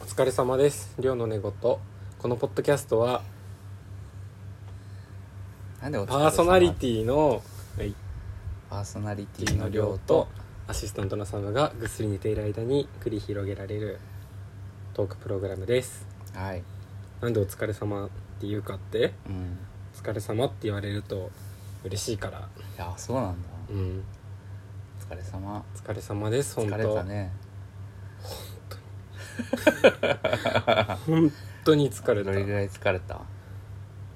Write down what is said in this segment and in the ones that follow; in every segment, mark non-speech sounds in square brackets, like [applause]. お疲れ様です寮の寝言このポッドキャストはなんでお疲れ様パーソナリティのはいパーソナリテ T ィのの量寮ととアシスタントのサムがぐっすり寝ている間に繰り広げられるトークプログラムですはい、なんでお疲れ様っていうかってうん、お疲れ様って言われると嬉しいからいやそうなんだうんお疲れ様お疲れ様です本疲れ当たね本当に疲どれれたぐらい疲れた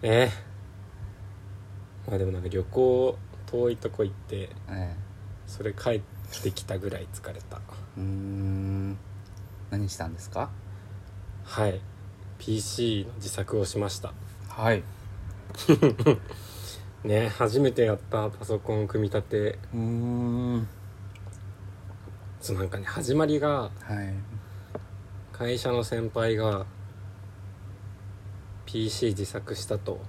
ええまあでもなんか旅行遠いとこ行ってえそれ帰ってきたぐらい疲れたえうーん何したんですかはい PC の自作をしましたはいね初めてやったパソコン組み立てうーんそうなんかね始まりがはい会社の先輩が PC 自作したと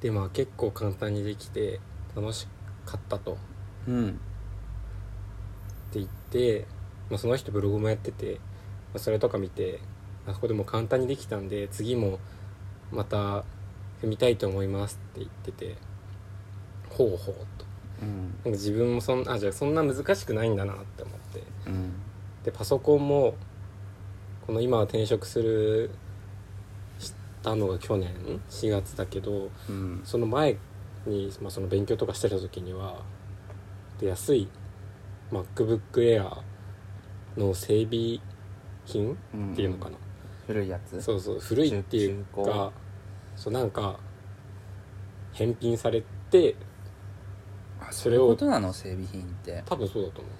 でまあ結構簡単にできて楽しかったとってうん言って、まあ、その人ブログもやってて、まあそれとか見てあそこでも簡単にできたんで次もまた組みたいと思いますって言っててほうほうとうんなんか自分もそんあじゃあそんな難しくないんだなって思ってうんでパソコンもこの今は転職するしたのが去年4月だけどうんその前に、まあ、その勉強とかしてた時にはで安い MacBookAir の整備品うんっていうのかな、古いやつそうそう古いっていう中中かそうなんか返品されてあそれそうをいうことなの整備品って多分そうだと思う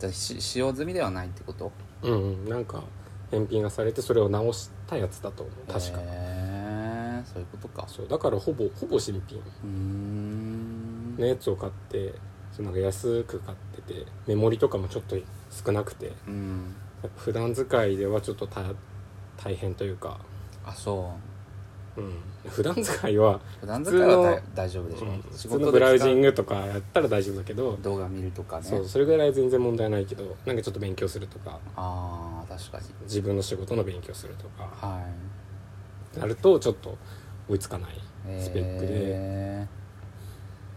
じゃあし使用済みではないってことうんうんなんか返品がされてそれを直したやつだと思う確か、へえそういうことかそうだからほぼほぼ新品うーんのやつを買ってそうなんか安く買っててメモリとかもちょっと少なくてやっうんぱ普段使いではちょっとた大変というか、あそううん、普段使いは、普段使いは普大大丈夫でしょ、うん普仕通事でのブラウジンググとかやったら大丈夫だけど、動画見るとかねそうそれぐらい全然問題ないけどなんかちょっと勉強するとかああ確かに自分の仕事の勉強するとかはいなるとちょっと追いつかないスペックで。え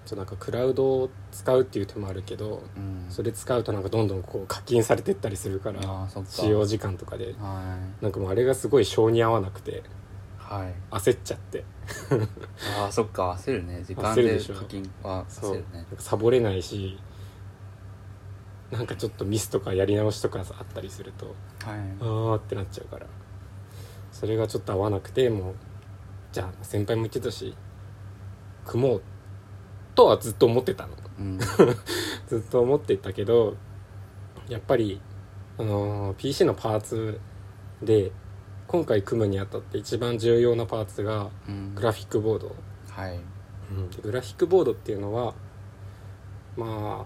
そうなんかクラウドを使うっていう手もあるけどーうん、それ使うとなんかどんどんこう課金されてったりするかあらーそっか使用時間とかではなんかもうあれがすごい性に合わなくていはい焦っちゃってああそっか焦るね時間焦るででしょ課金はそ焦うるなんねかサボれないしなんかちょっとミスとかやり直しとかあったりするとあはーってなっちゃうからそれがちょっと合わなくてもうじゃあ先輩も言ってたし組もうとはずっと思ってたのい、うん、ずっと思ってたけどやっぱり、あのー PC のパーツで今回組むにあたって一番重要なパーツがうん、グラフィックボード、はいグラフィックボードっていうのはまあ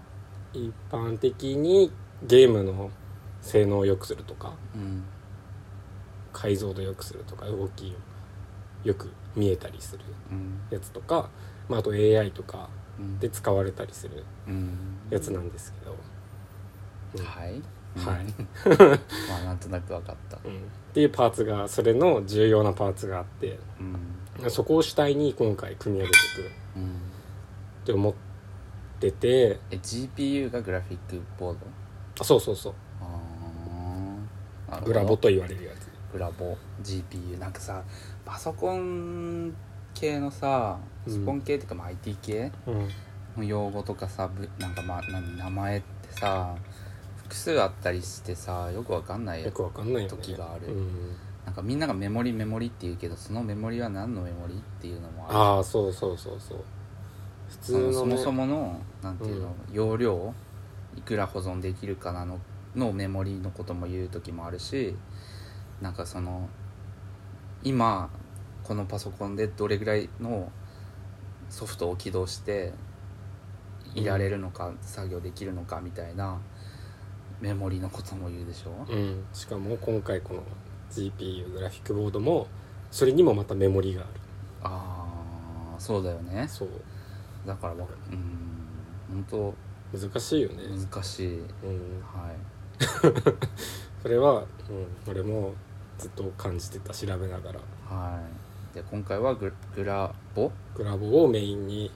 一般的にゲームの性能を良くするとかうん解像度を良くするとか動きをよく見えたりするうんやつとか、まあ、あと AI とかうんで使われたりするうんやつなんですけど、うんはい、はいうん [laughs] まあなんとなくわかったうんっていうパーツがそれの重要なパーツがあってうんそこを主体に今回組み上げていくうんって思っててえ GPU がグラフィックボードあそうそうそうあーなるほどグラボと言われるやつグラボ GPU なんかさパソコン系のさパソコン系っていうか、まあ IT 系うんの用語とかさぶなんかまあ何名前ってさ複数あったりしてさよくわかんないよくわかんないよね時があるうんなんかみんながメモリメモリって言うけどそのメモリは何のメモリっていうのもあるああそうそうそうそう普通そのね、のそもそものなんていうの、容量いくら保存できるかなののメモリのことも言う時もあるしなんかその今このパソコンでどれぐらいのソフトを起動していられるのか、作業できるのかみたいなメモリのことも言うでしょ、うん、しかも今回この GPU グラフィックボードもそれにもまたメモリがあるああそうだよねそうだからわうん本当難しいよね難しい、うんはいそれは、うん、俺もずっと感じてた調べながらはいで今回はググラボグラボをメインに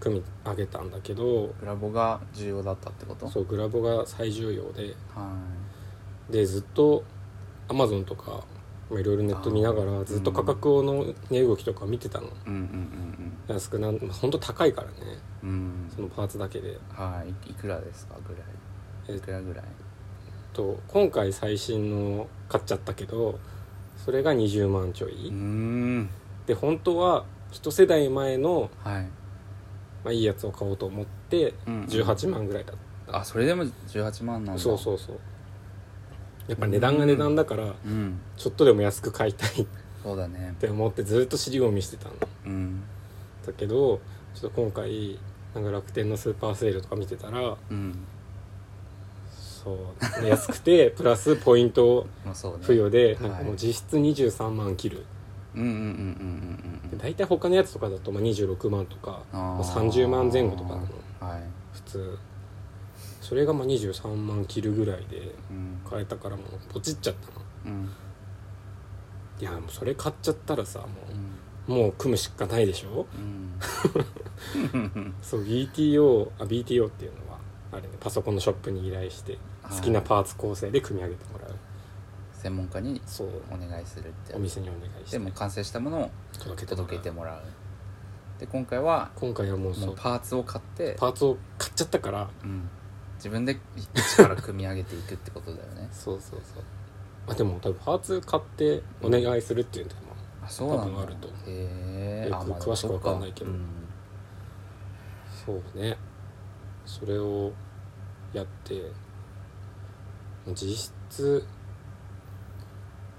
組み上げたんだけどグラボが重要だったってことそうグラボが最重要ではでずっと Amazon とかまあいろいろネット見ながあーらずっと価格をの値動きとか見てたのいうんうん安くなんほんと高いからねうんうんそうんのパーツだけではいいいくらですかぐらえいっいくらぐらいと今回最新の買っちゃったけどそれが20万ちょうい、ーんで本当は一世代前の、はいまあ、いいやつを買おうと思ってうんうん18万ぐらいだった、あそれでも18万なんだそうそうそうやっぱ値段が値段だからううんちょっとでも安く買いたいっそうだねて思ってずっと尻込みしてたのうんだけどちょっと今回なんか楽天のスーパーセールとか見てたらうんそう安くてプラスポイントまあそうね付与ではいなんかもう実質23万切るうんうんうんうんうんうでん大体他のやつとかだとまあ26万とかあー30万前後とかなのはい、普通それがまあ23万切るぐらいでうん買えたからもうポチっちゃったのうんいやもうそれ買っちゃったらさもうんうもう組むしかないでしょうん [laughs] そう BTO あ BTO っていうのはあれねパソコンのショップに依頼してはい [laughs] 好きなパーツ構成で組み上げてもらう専門家にそうお願いするってお店にお願いしてでも完成したものを届けてもらう届けてもらうで今回は今回はもうそもううパーツを買ってパーツを買っちゃったからうん、自分で一から組み上げていくってことだよ [laughs] ねそうそうそうあでも多分パーツ買ってお願いするっていうのもあそうなんだ多分あるとへえよくあまあ詳しくわかんないけどそっそうねそれをやって実質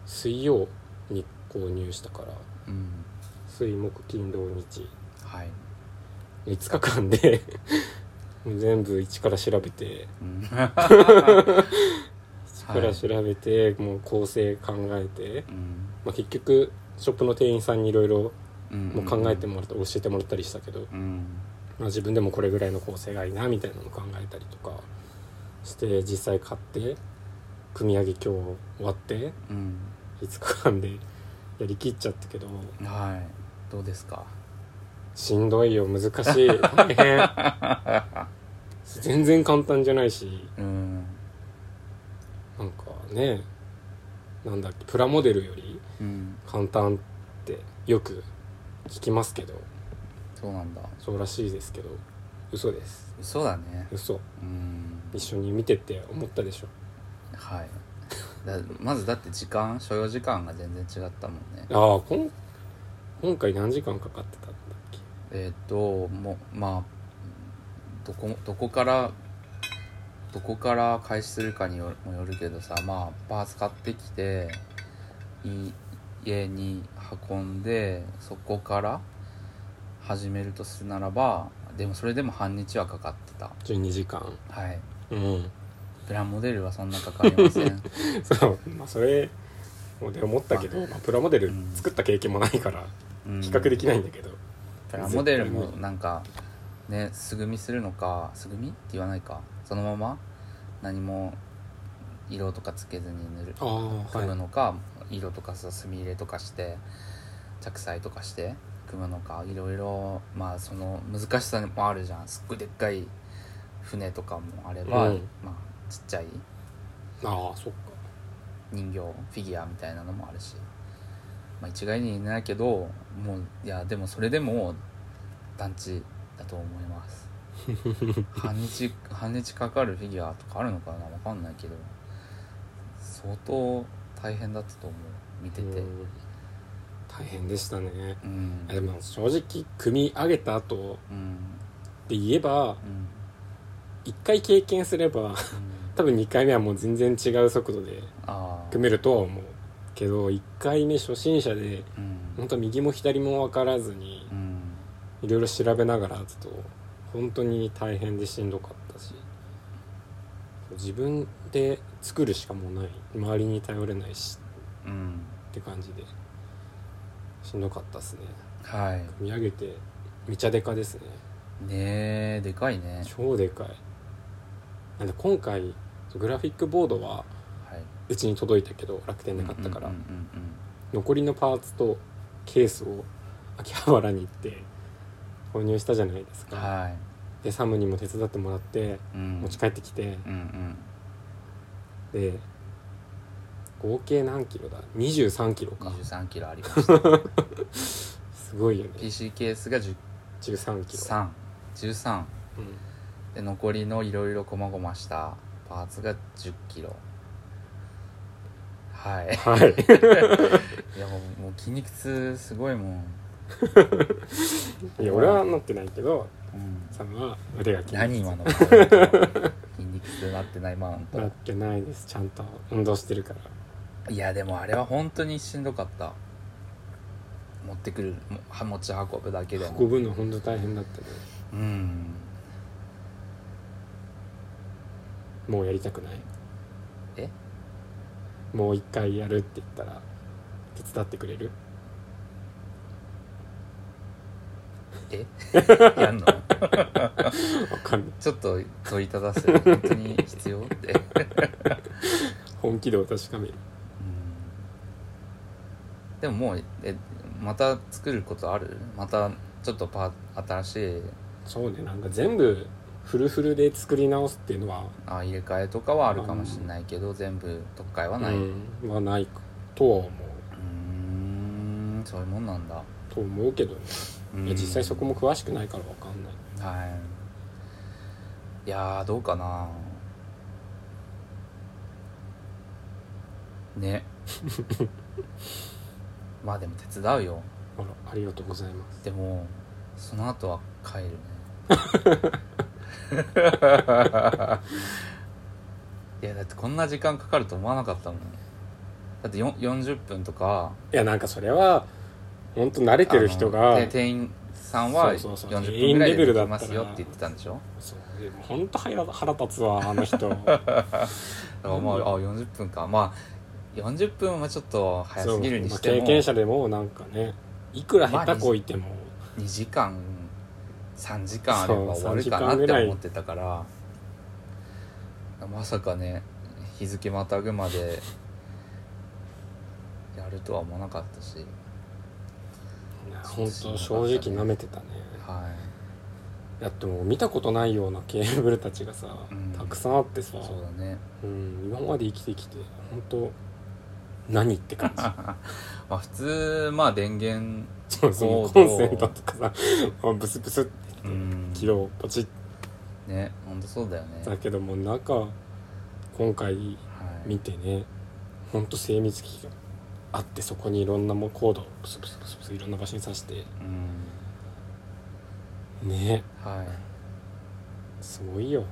水曜に購入したからうん、うん水木金土日はい、 5日間でもう全部一から調べてうん [laughs] 一から調べて、もう構成考えて、うんまあ、結局ショップの店員さんにいろいろうんもう考えてもらった教えてもらったりしたけど、うんまあ、自分でもこれぐらいの構成がいいなみたいなの考えたりとかして実際買って組み上げ今日終わってうん5日間でやりきっちゃったけどはいどうですかしんどいよ難しい大変 [laughs] 全然簡単じゃないしうんなんかねなんだっけプラモデルよりうん簡単ってよく聞きますけどそうなんだそうらしいですけど嘘ですそうだね嘘うん一緒に見てって思ったでしょはいだまずだって時間所要時間が全然違ったもんねああこん今回何時間かかってたんだっけえっ、ともうまあどこどこからどこから開始するかによもよるけどさまあパーツ買ってきてい家に運んでそこから始めるとするならばでもそれでも半日はかかってた12時間はいうんプラモデルはそんなかかりま [laughs] せんそうまあそれで思ったけど、まあ、プラモデル作った経験もないからうん比較できないんだけど、プラモデルもなんかね素組みするのか素組みって言わないかそのまま何も色とかつけずに塗るああ組むいのか、色とかさ墨入れとかして着彩とかして組むのかいろいろまあその難しさもあるじゃんすっごいでっかい船とかもあれば、うんまあ、ちっちゃいああそっか人形フィギュアみたいなのもあるし、まあ、一概に言えないけどもういやでもそれでも団地だと思います [laughs] 半日半日かかるフィギュアとかあるのかなわかんないけど相当大変だったと思う見ててうん大変でしたねうんでも正直組み上げた後うんで言えばうん1回経験すれば [laughs] 多分2回目はもう全然違う速度でああ組めるとは思うけど1回目初心者でうん本当右も左も分からずにうんいろいろ調べながらちょっと本当に大変でしんどかったし自分で作るしかもうない周りに頼れないしうんって感じでしんどかったっすねはい見上げてめちゃでかですねねえでかいね超でかいなんで今回グラフィックボードははいうちに届いたけど楽天で買ったから、うんうんうん残りのパーツとケースを秋葉原に行って購入したじゃないですうんか、はでサムにも手伝ってもらってい、うん、持ち帰ってきて、うんうんで合計何キロだ23キロか23キロありました [laughs] すごいよね PC ケースが13キロ、 1313うんで残りのいろいろこまごましたパーツが1 0キロはい [laughs] はいいやもうもう筋肉痛すごいもん、いや俺はなってないけどうん、さんは腕が筋何肉今の筋肉痛なってないマウンなっトてないですちゃんと運動してるからいやでもあれは本当にしんどかった持ってくるもは持ち運ぶだけでも運ぶのほんと大変だったけどうんもうやりたくないえもう一回やるって言ったら手伝ってくれるえやんの [laughs] わかんないちょっと問いただすよ本当に必要って本気度を確かめるうんでももうえまた作ることあるまたちょっとパー新しいそうねなんか全部フルフルで作り直すっていうのはあ入れ替えとかはあるかもしれないけど全部特会はない、ううん、はないとは思うーんそういうもんなんだ、と思うけどね、うんいや実際そこも詳しくないからわかんないはいいやーどうかな [laughs] ねまあでも手伝うよあらありがとうございますでもその後は帰 [laughs] るねいやだってこんな時間かかると思わなかったもんだってよ40分とかいやなんかそれは本当慣れてる人あがのて店員さんはそうそうそう40店分員ぐらレいベルでだでったらきますよって言ってたんでしょそうでも本当腹腹立つわあの [laughs] 人だからまああ40分かまあ40分はちょっと早そうすぎるにまあしても経験者でもなんかねいくら下手こいても、 2時間3時間あれば終わるかなそう3時間ぐってらい思ってたからまさかね日付またぐまでやるとは思わなかったしいやそう本そう当正直なめてたねはだってもう見たことないようなケーブルたちがさ、うんたくさんあってさいそうだねうん、今まで生きてきて本当何って感じまあ普通まあ電源 [laughs] そうそそうのコそうンセントとかさ [laughs] あブスブスってきてうんキロポチッね本当そうだよね、はだけども中今回見い、てね本当精密機器があってそこにいろんなもうコードをブスブスブスブスいろんな場所に挿してうんねはすごいよい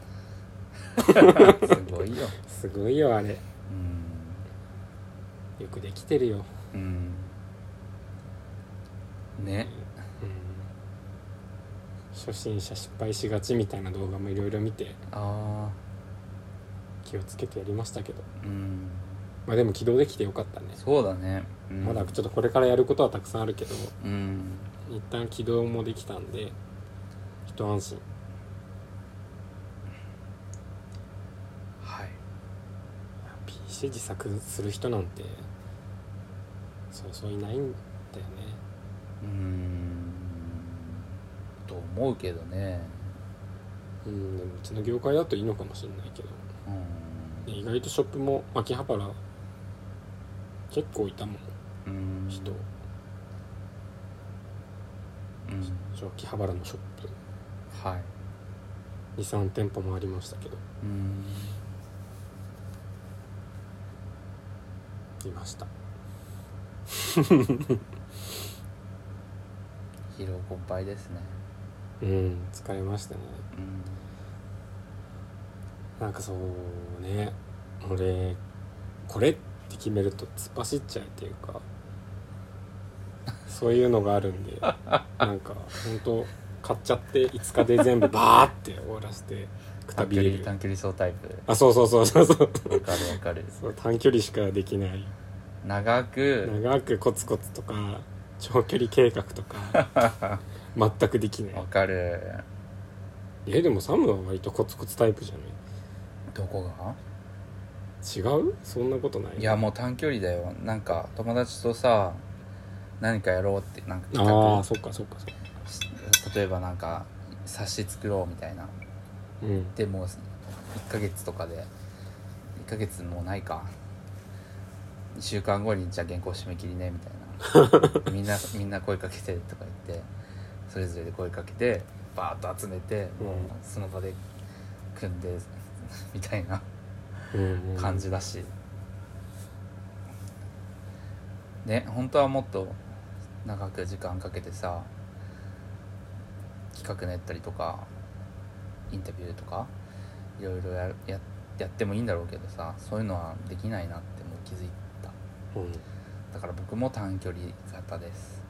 すごいよすごいよあれうんよくできてるよ、うんねうん、初心者失敗しがちみたいな動画もいろいろ見てあ気をつけてやりましたけどあうんまあでも起動できてよかったね、そうだね、うんまだちょっとこれからやることはたくさんあるけどうん一旦起動もできたんで一安心はい PC 自作する人なんてそうそういないんだよねうーんと思うけどねうんでもうちの業界だといいのかもしれないけどうん意外とショップも秋葉原結構いたもんうん人うん秋葉原のショップはい23店舗もありましたけどうんいました疲労困憊ですねうん疲れましたねうんなんかそうね俺これって決めると突っ走っちゃうっていうかそういうのがあるん [laughs] でなんか本当買っちゃって5日で全部バーって終わらせてくた短び距れ離る短距離走タイプあそうそうそうそうそうわかるわかるそう短距離しかできない長く長くコツコツとか長距離計画とか [laughs] 全くできなわいかるえでもサムは割とコツコツタイプじゃないどこが違うそんなことないいやもう短距離だよなんか友達とさ何かやろうってなんか企あ画あそっかそっかそっかし例えばなんか冊子作ろうみたいなうんでもう1ヶ月とかで1ヶ月もうないか2週間後にじゃあ原稿締め切りねみたい [laughs] なみんなみんな声かけてとか言ってそれぞれで声かけてバーッと集めて、うんもうその場で組んでみたいなうんうん感じだし、ね本当はもっと長く時間かけてさ企画練ったりとかインタビューとかいろいろやるややってもいいんだろうけどさそういうのはできないなってもう気づいたうんだから僕も短距離型です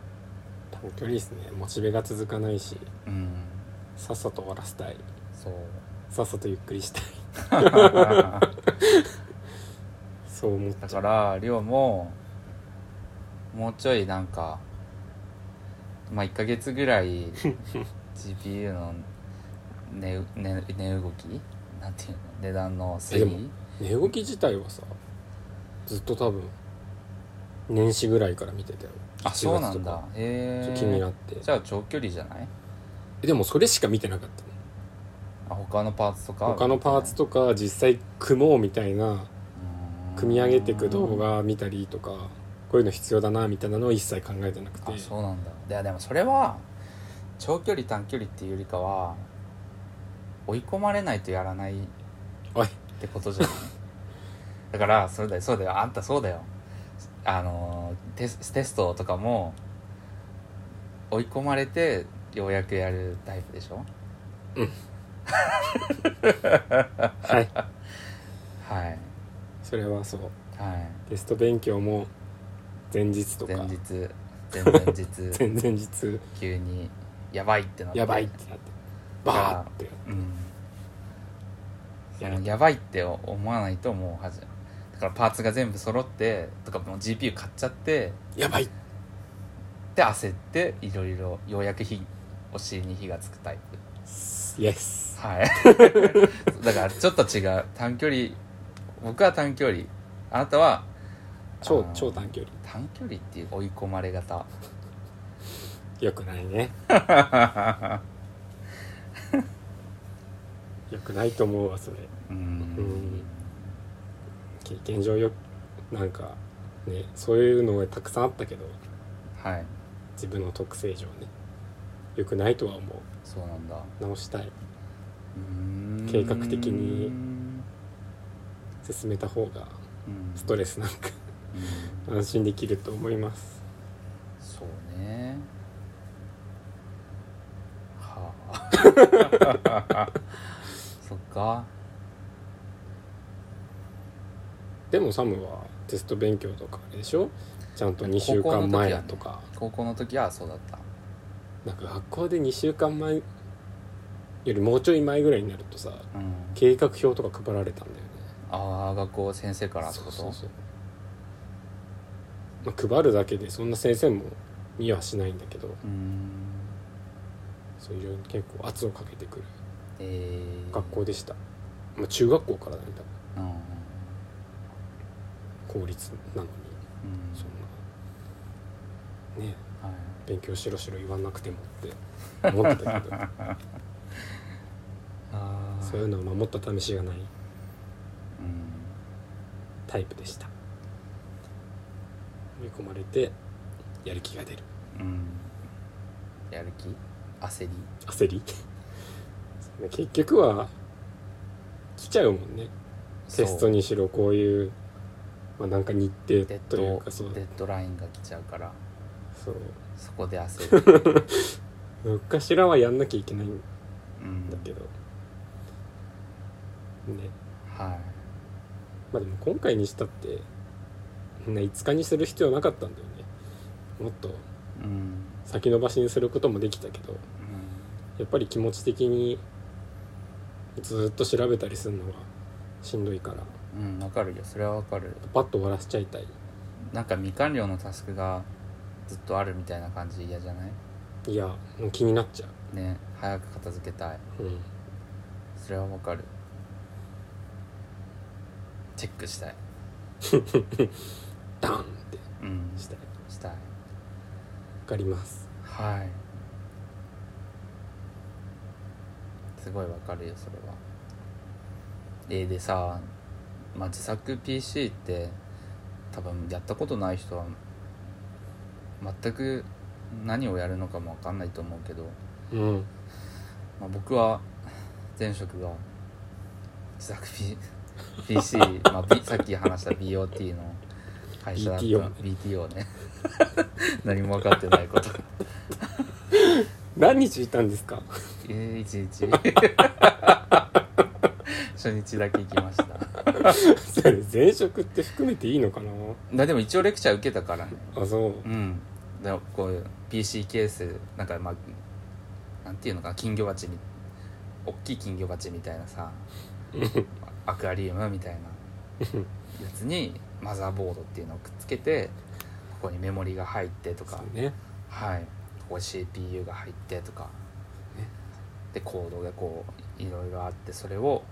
短距離ですねモチベが続かないしうんさっさと終わらせたいそうさっさとゆっくりしたい [laughs] だそう思ったから亮ももうちょいなんかまあ1ヶ月ぐ [laughs] らい GPU の値値値動きなんていうの値段の推で移値動き自体はさずっと多分年始ぐらいから見てたよあそうなんだ7へ月とかちえょっと気になってじゃあ長距離じゃないえでもそれしか見てなかったねあ他のパーツとか他のパーツとか実際組もうみたいなうーん組み上げていく動画見たりとかこういうの必要だなみたいなのを一切考えてなくてあそうなんだいやでもそれは長距離短距離っていうよりかは追い込まれないとやらないっおいてこ [laughs] とじゃないだからそうだよそうだよあんたそうだよあのテステストとかも追い込まれてようやくやるタイプでしょはいはいそれはそうはいテスト勉強も前日と前か日前々 [laughs] 日前々日急にやばいってなってやばいってなってバーってうんそやらのやばいって思わないともうはずだからパーツが全部揃ってとかもう GPU 買っちゃってやばいで焦っていろいろようやく火お尻に火がつくタイプイエスはい [laughs] だからちょっと違う短距離僕は短距離あなたはあ超の超短距離短距離っていう追い込ま [laughs] れ型よくないねよくないと思うわそれううんん経験上よなんかねそういうのがたくさんあったけどはい自分の特性上ねよくないとは思そうなんだう直したいうーん計画的に進めた方がうんストレスなんかうん安心できると思いますそうねはあ [laughs] そっかでもサムはテスト勉強とかあれでしょちゃんと2週間前とか、高校の時はそうだったなんか学校で2週間前よりもうちょい前ぐらいになるとさうん計画表とか配られたんだよねああ学校先生からってことそうそうそう、まあ、配るだけでそんな先生も見はしないんだけどうーんそういう結構圧をかけてくるえー、学校でした、まあ、中学校からだねうんうん多分公立なのにそんなねはい勉強しろしろ言わなくてもって思ってた [laughs] けどあーそういうのを守った試しがないうんタイプでした追い込まれてやる気が出るうんやる気焦り焦り [laughs] 結局は来ちゃうもんねテストにしろこういう、まあ、なんか日程デッとドいうかそうデッドラインが来ちゃうからそうそこで焦 [laughs] る、どっかしらはやんなきゃいけないんうんだけど、ねはいまあでも今回にしたってそんな5日にする必要なかったんだよねもっとうん先延ばしにすることもできたけどやっぱり気持ち的にずっと調べたりするのはしんどいからうんうんわかるよそれはわかるパッと終わらせちゃいたいなんか未完了のタスクがずっとあるみたいな感じ嫌じゃないいやもう気になっちゃね早く片付けたいううんそれはわかるチェックしたいダンってうんしたいわしたいかりますはいすごいわかるよそれはえでさ、まあ、自作 PC って多分やったことない人は全く何をやるのかもわかんないと思うけど、うんまあ、僕は前職が自作 P PC、まあ B、さっき話した BOT の会社だった BTO BTO ね [laughs] 何も分かってないこと何日いたんですか [laughs] えー、一日初日だけ行きましたそれ前職って含めていいのかなだでも一応レクチャー受けたからねあそう [laughs] うんでこういう PC ケースなんかまあなんていうのかな金魚鉢み大きい金魚鉢みたいなさアクアリウムみたいなやつにマザーボードっていうのをくっつけてここにメモリが入ってとかそうねはい、ここ CPU が入ってとか、ねでコードがこういろいろあってそれを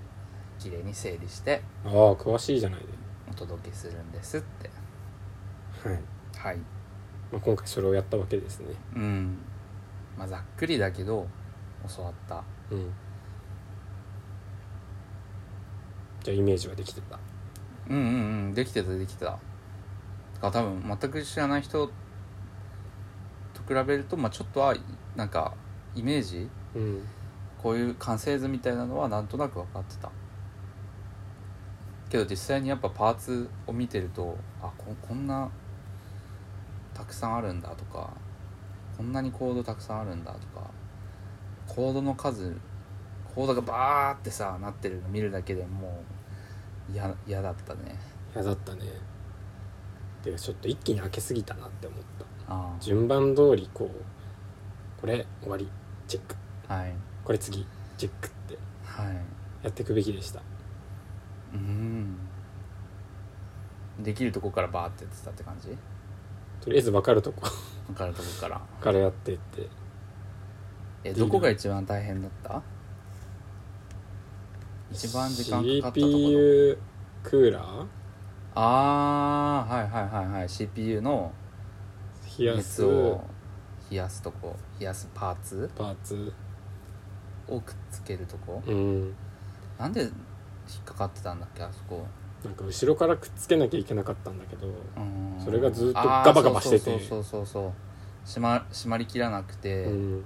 きれいに整理してああ詳しいじゃないお届けするんですってのはい、はいまあ、今回それをやったわけですねうんまあざっくりだけど教わったうんじゃあイメージはできてたうんうんうんできてたできてただから多分全く知らない人と比べると、まあ、ちょっとはなんかイメージうんこういう完成図みたいなのはなんとなく分かってたけど実際にやっぱパーツを見てるとあここんなたくさんあるんだとかこんなにコードたくさんあるんだとかコードの数コードがバーってさなってるの見るだけでもう嫌嫌だったね嫌だったねてかちょっと一気に開けすぎたなって思ったあ順番通りこうこれ終わりチェックあはいこれ次チェックってはいやっていくべきでしたうんできるとこからバーってやってたって感じとりあえず分かるとこ [laughs] 分かるとこからからやってってえできるどこが一番大変だった一番時間かかったところ CPU クーラーああはいはいはいはい CPU の冷やす熱を冷やすとこ冷やすパーツパーツをくっつけるとこうんなんで引っかかってたんだっけあそこなんか後ろからくっつけなきゃいけなかったんだけどうーんそれがずっとガバガバしててあーそうそうそうそうそうしま締まりきらなくて、うん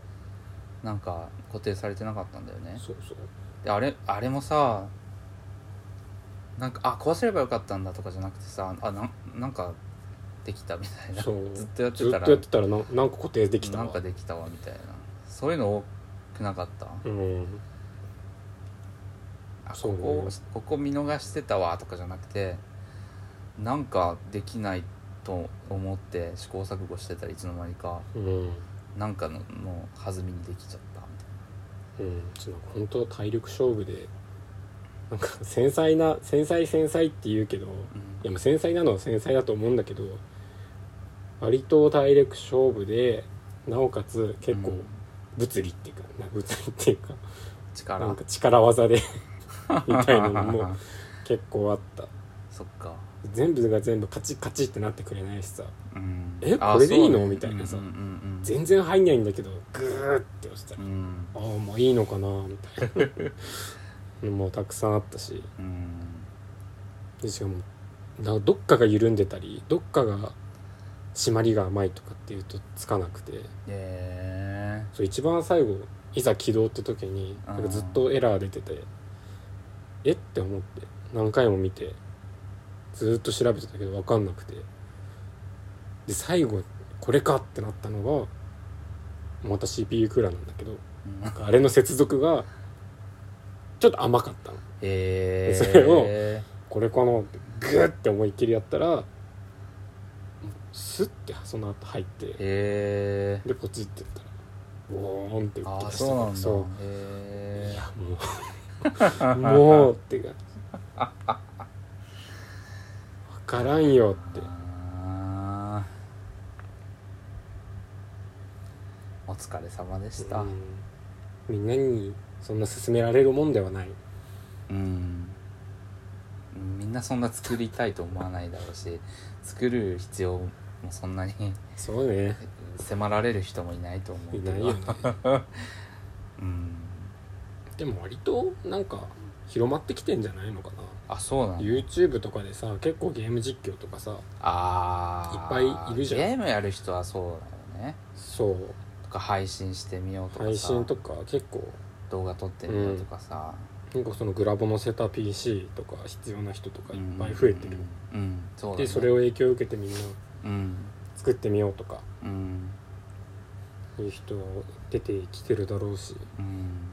なんか固定されてなかったんだよねそうそうであれあれもさなんかあ壊せればよかったんだとかじゃなくてさあなんなんかできたみたいなそうずっとやってずたっらとやってたらななんか固定できたわなんかできたわみたいなそういうの多くなかった、うんあそうこねこここ見逃してたわとかじゃなくてなんかできないと思って試行錯誤してたらいつの間にかうんなんかのの弾みにできちゃったみたいうんその本当体力勝負でなんか繊細な繊細繊細って言うけどな、いやもう繊細なのは繊細だと思うんだけど割と体力勝負でなおかつ結構うん物理っていうか、な物理っていうか力なんか力技 [laughs] でみたいなのも結構あったそっか全部が全部カチッカチッってなってくれないしさうんえあこれでいいのそうねみたいなさうんうんうんうん全然入んないんだけどグーって押したらうんああもういいのかなみたいな [laughs] のもたくさんあったしうんでしかもなどっかが緩んでたりどっかが締まりが甘いとかっていうとつかなくてえそう一番最後いざ起動って時にうんなんかずっとエラー出ててえって思って何回も見てずーっと調べてたけど分かんなくてで最後これかってなったのがもうまた CPU クーラーなんだけどーなんかあれの接続がちょっと甘かったのえー、 [laughs] それをこれかなってグーって思いっきりやったらもうスッてその後入ってえでポチってやったらボーンってー、打っあてあ出しそたかうならんだそういえやもうもうってか分からんよってー、あーお疲れ様でしたうんみんなにそんな勧められるもんではないうん、みんんなそんな作りたいと思わないだろうし作る必要もそんなに [laughs] そうね迫られる人もいないと思うけいどない [laughs] よねうんでも割となんか広まってきてんじゃないのかなあそうなんだ YouTube とかでさ結構ゲーム実況とかさあーいっぱいいるじゃんゲームやる人はそうだよねそうとか配信してみようとかさ配信とか結構動画撮ってみようとかさ、なんかそのグラボ乗せた PC とか必要な人とかいっぱい増えてる、うん、うんうんそうだねでそれを影響を受けてみんなうん作ってみようとかうんいう人は出てきてるだろうしうん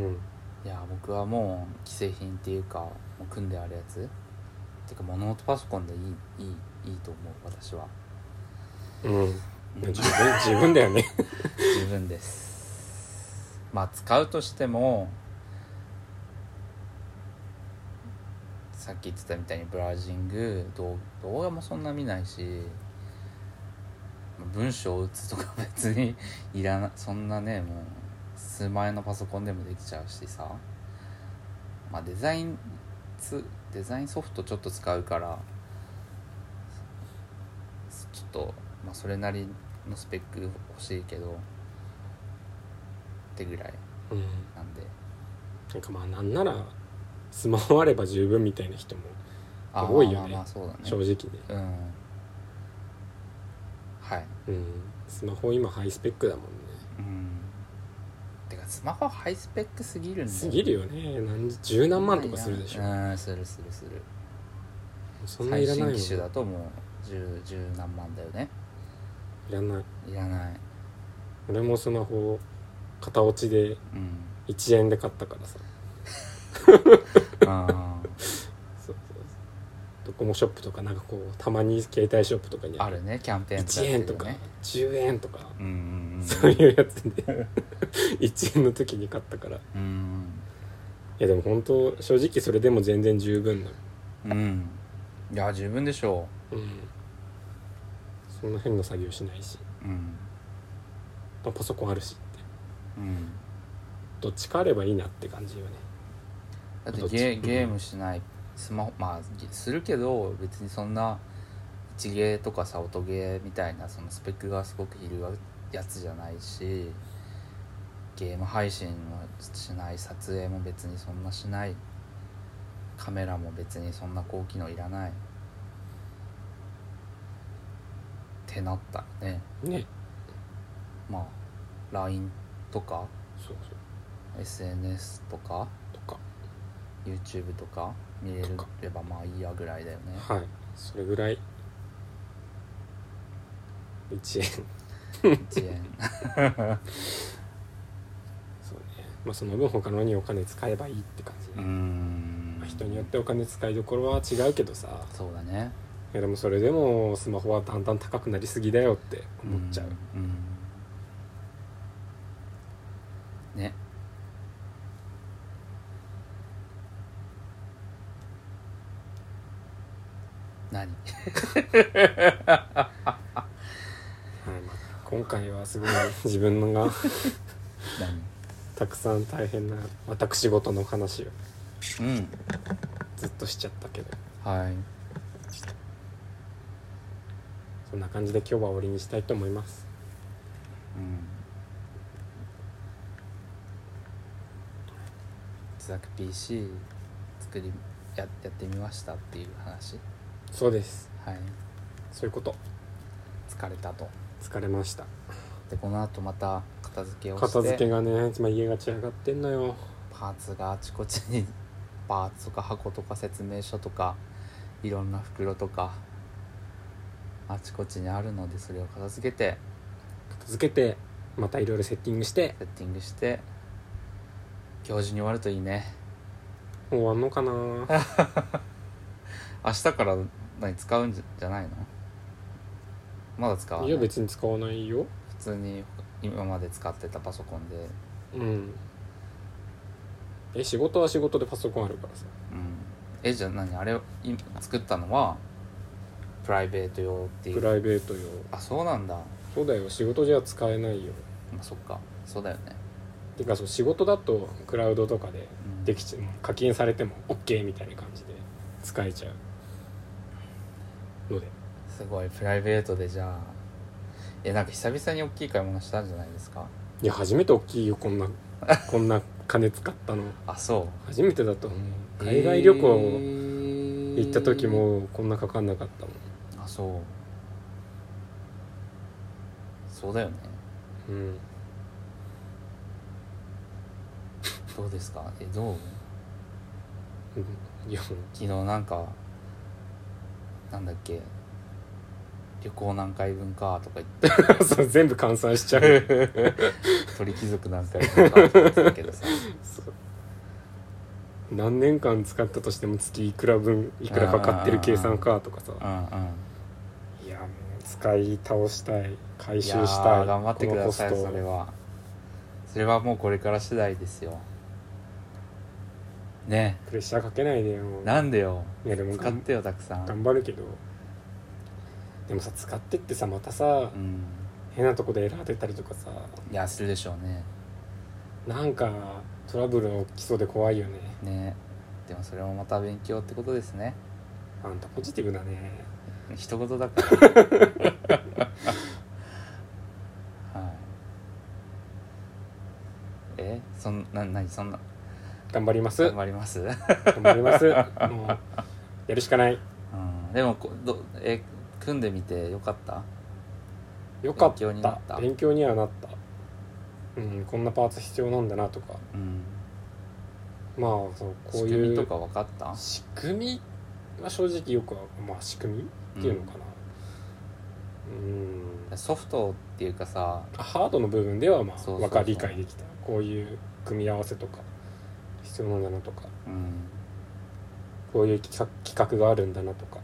うんいや僕はもう既製品っていうかもう組んであるやつていうかモノノートパソコンでいいいいいいと思う私はうんうん自分 [laughs] 自分だよね十分ですまあ使うとしてもさっき言ってたみたいにブラウジング動動画もそんな見ないし文章を打つとか別に [laughs] いらなそんなねもう数万円のパソコンでもできちゃうしさまあデザインつデザインソフトちょっと使うからちょっと、まあ、それなりのスペック欲しいけどってぐらいうんなんでなんかまあなんならスマホあれば十分みたいな人もあ多いよねまあまあまあそうだね正直ねうんはいうんスマホ今ハイスペックだもんねうんてかスマホハイスペックすぎるんだよすぎるよね何十何万とかするでしょうんするするするそんない最らない新よい機種だともう十十何万だよねらないいらない俺もスマホ片落ちでうん1円で買ったからさあ [laughs] そうそうそうドコモショップとかなんかこうたまに携帯ショップとかにーあるねキャンペーン1円とかね10円とかうんうんうんそういうやつで [laughs] 1円の時に買ったからいうんやでも本当正直それでも全然十分なのうんいや十分でしょうんそんな変な作業しないし、ううんまあパソコンあるしってうんどっちかあればいいなって感じよねだってどっちゲーゲームしないスマホまあぎするけど別にそんな一ゲーとかさ音ゲーみたいなそのスペックがすごくいるやつじゃないしゲーム配信もしない撮影も別にそんなしないカメラも別にそんな高機能いらないってなったらねねまあ LINE とかそうそう SNS とかとか YouTube とか見れとかればまあいいやぐらいだよねはいそれぐらい1円1円 [laughs] そうねまあその分他のにお金使えばいいって感じ、うーねんまあ人によってお金使いどころは違うけどさそうだねいやでもそれでもスマホはだんだん高くなりすぎだよって思っちゃう、うん、うんね [laughs] 何はいまあ、今回はすごい自分のがたくさん大変な私事の [laughs] 話を何うんずっとしちゃったけどはいそんな感じで今日は終わりにしたいと思いますうん自作 PC 作りややってみましたっていう話そうですはいそういうこと疲れたと疲れましたでこの後また片付けをして片付けがね今家が散らかってんのよパーツがあちこちに [laughs] パーツとか箱とか説明書とかいろんな袋とかあちこちにあるのでそれを片付けて片付けてまたいろいろセッティングしてセッティングして今日中に終わるといいねもう終わんのかな明日から何使うんじゃないのまだ使わないいや別に使わないよ普通に今まで使ってたパソコンでうんえ仕事は仕事でパソコンあるからさうんえじゃあ何あれをい作ったのはプライベート用っていプうライベートよあそうなんだそうだよ仕事じゃ使えないよまあそっかそうだよねていうかそう仕事だとクラウドとかでうんできち課金されても OK みたいな感じで使えちゃうのですごいプライベートでじゃあえなんか久々に大きい買い物したんじゃないですかいや初めて大きいよこんな [laughs] こんな金使ったのあそう初めてだと思う海外旅行行行った時もこんなかかんなかったもん、あそうそうだよねうん、どうですかえどううんいや昨日なんかなんだっけ旅行何回分かとか言っそう [laughs] 全部換算しちゃうて [laughs] 鳥貴族何回分かとか言ってたけ [laughs] どさそう何年間使ったとしても月いくら分いくらかかってる計算かとかさうんうんいやもう使い倒したい回収いやしたーい頑張ってくださいこのコスそトれはそれはもうこれから次第ですよねプレッシャーかけないでよなんでよいやでも使っ頑てよたくさん頑張るけどでもさ使ってってさまたさうん変なとこでエラー出たりとかさいやするでしょうねなんかトラブル起きそうで怖いよねねでもそれもまた勉強ってことですねあんたポジティブだね一言だから [laughs] はいえそんな何そんな頑張ります頑頑張ります、う張りますもうやるしかないん、でもこどえ組んでみてよかったよかった勉強になった勉強にはなったうんこんなパーツ必要なんだなとかうんまあそうこう仕組いみとうか分かった仕組みは正直よくはまあ仕組みっていうのかなうんソフトっていうかさハードの部分ではまあそうそうそう分か理解できたこういう組み合わせとか必要なんだなとかうんこういう企画企画があるんだなとか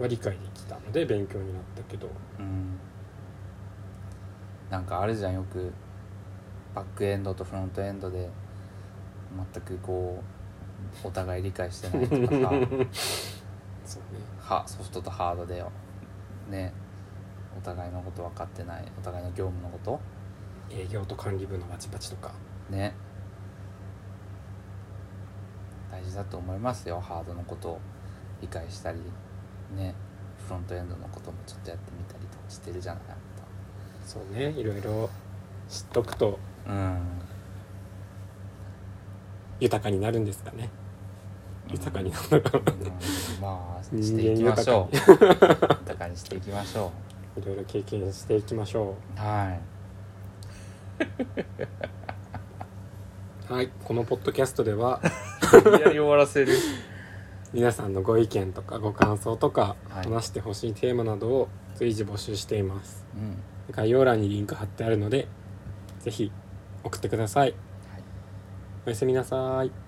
は理解できたので勉強になったけ [laughs] どうんなんかあるじゃんよくバックエンドとフロントエンドで全くこうお互い理解してないとか [laughs] [laughs] そうねさはソフトとハードでよねお互いのこと分かってないお互いの業務のこ営業と管理部のバチバチとかとね大事だと思いますよハードのことを理解したりねフロントエンドのこともちょっとやってみたりとかしてるじゃないあなたそうねいろいろ知っとくとうん豊かになるんですかね豊かになるのかなうんまあ人間していきましょう [laughs] 豊かにしていきましょいろいろ経験していきましょうはうはいこのポッドキャストではいやり終わらせる皆さんのご意見とかご感想とか、はい話してほしいテーマなどを随時募集していますうん概要欄にリンク貼ってあるのでぜひ送ってください、はいおやすみなさいお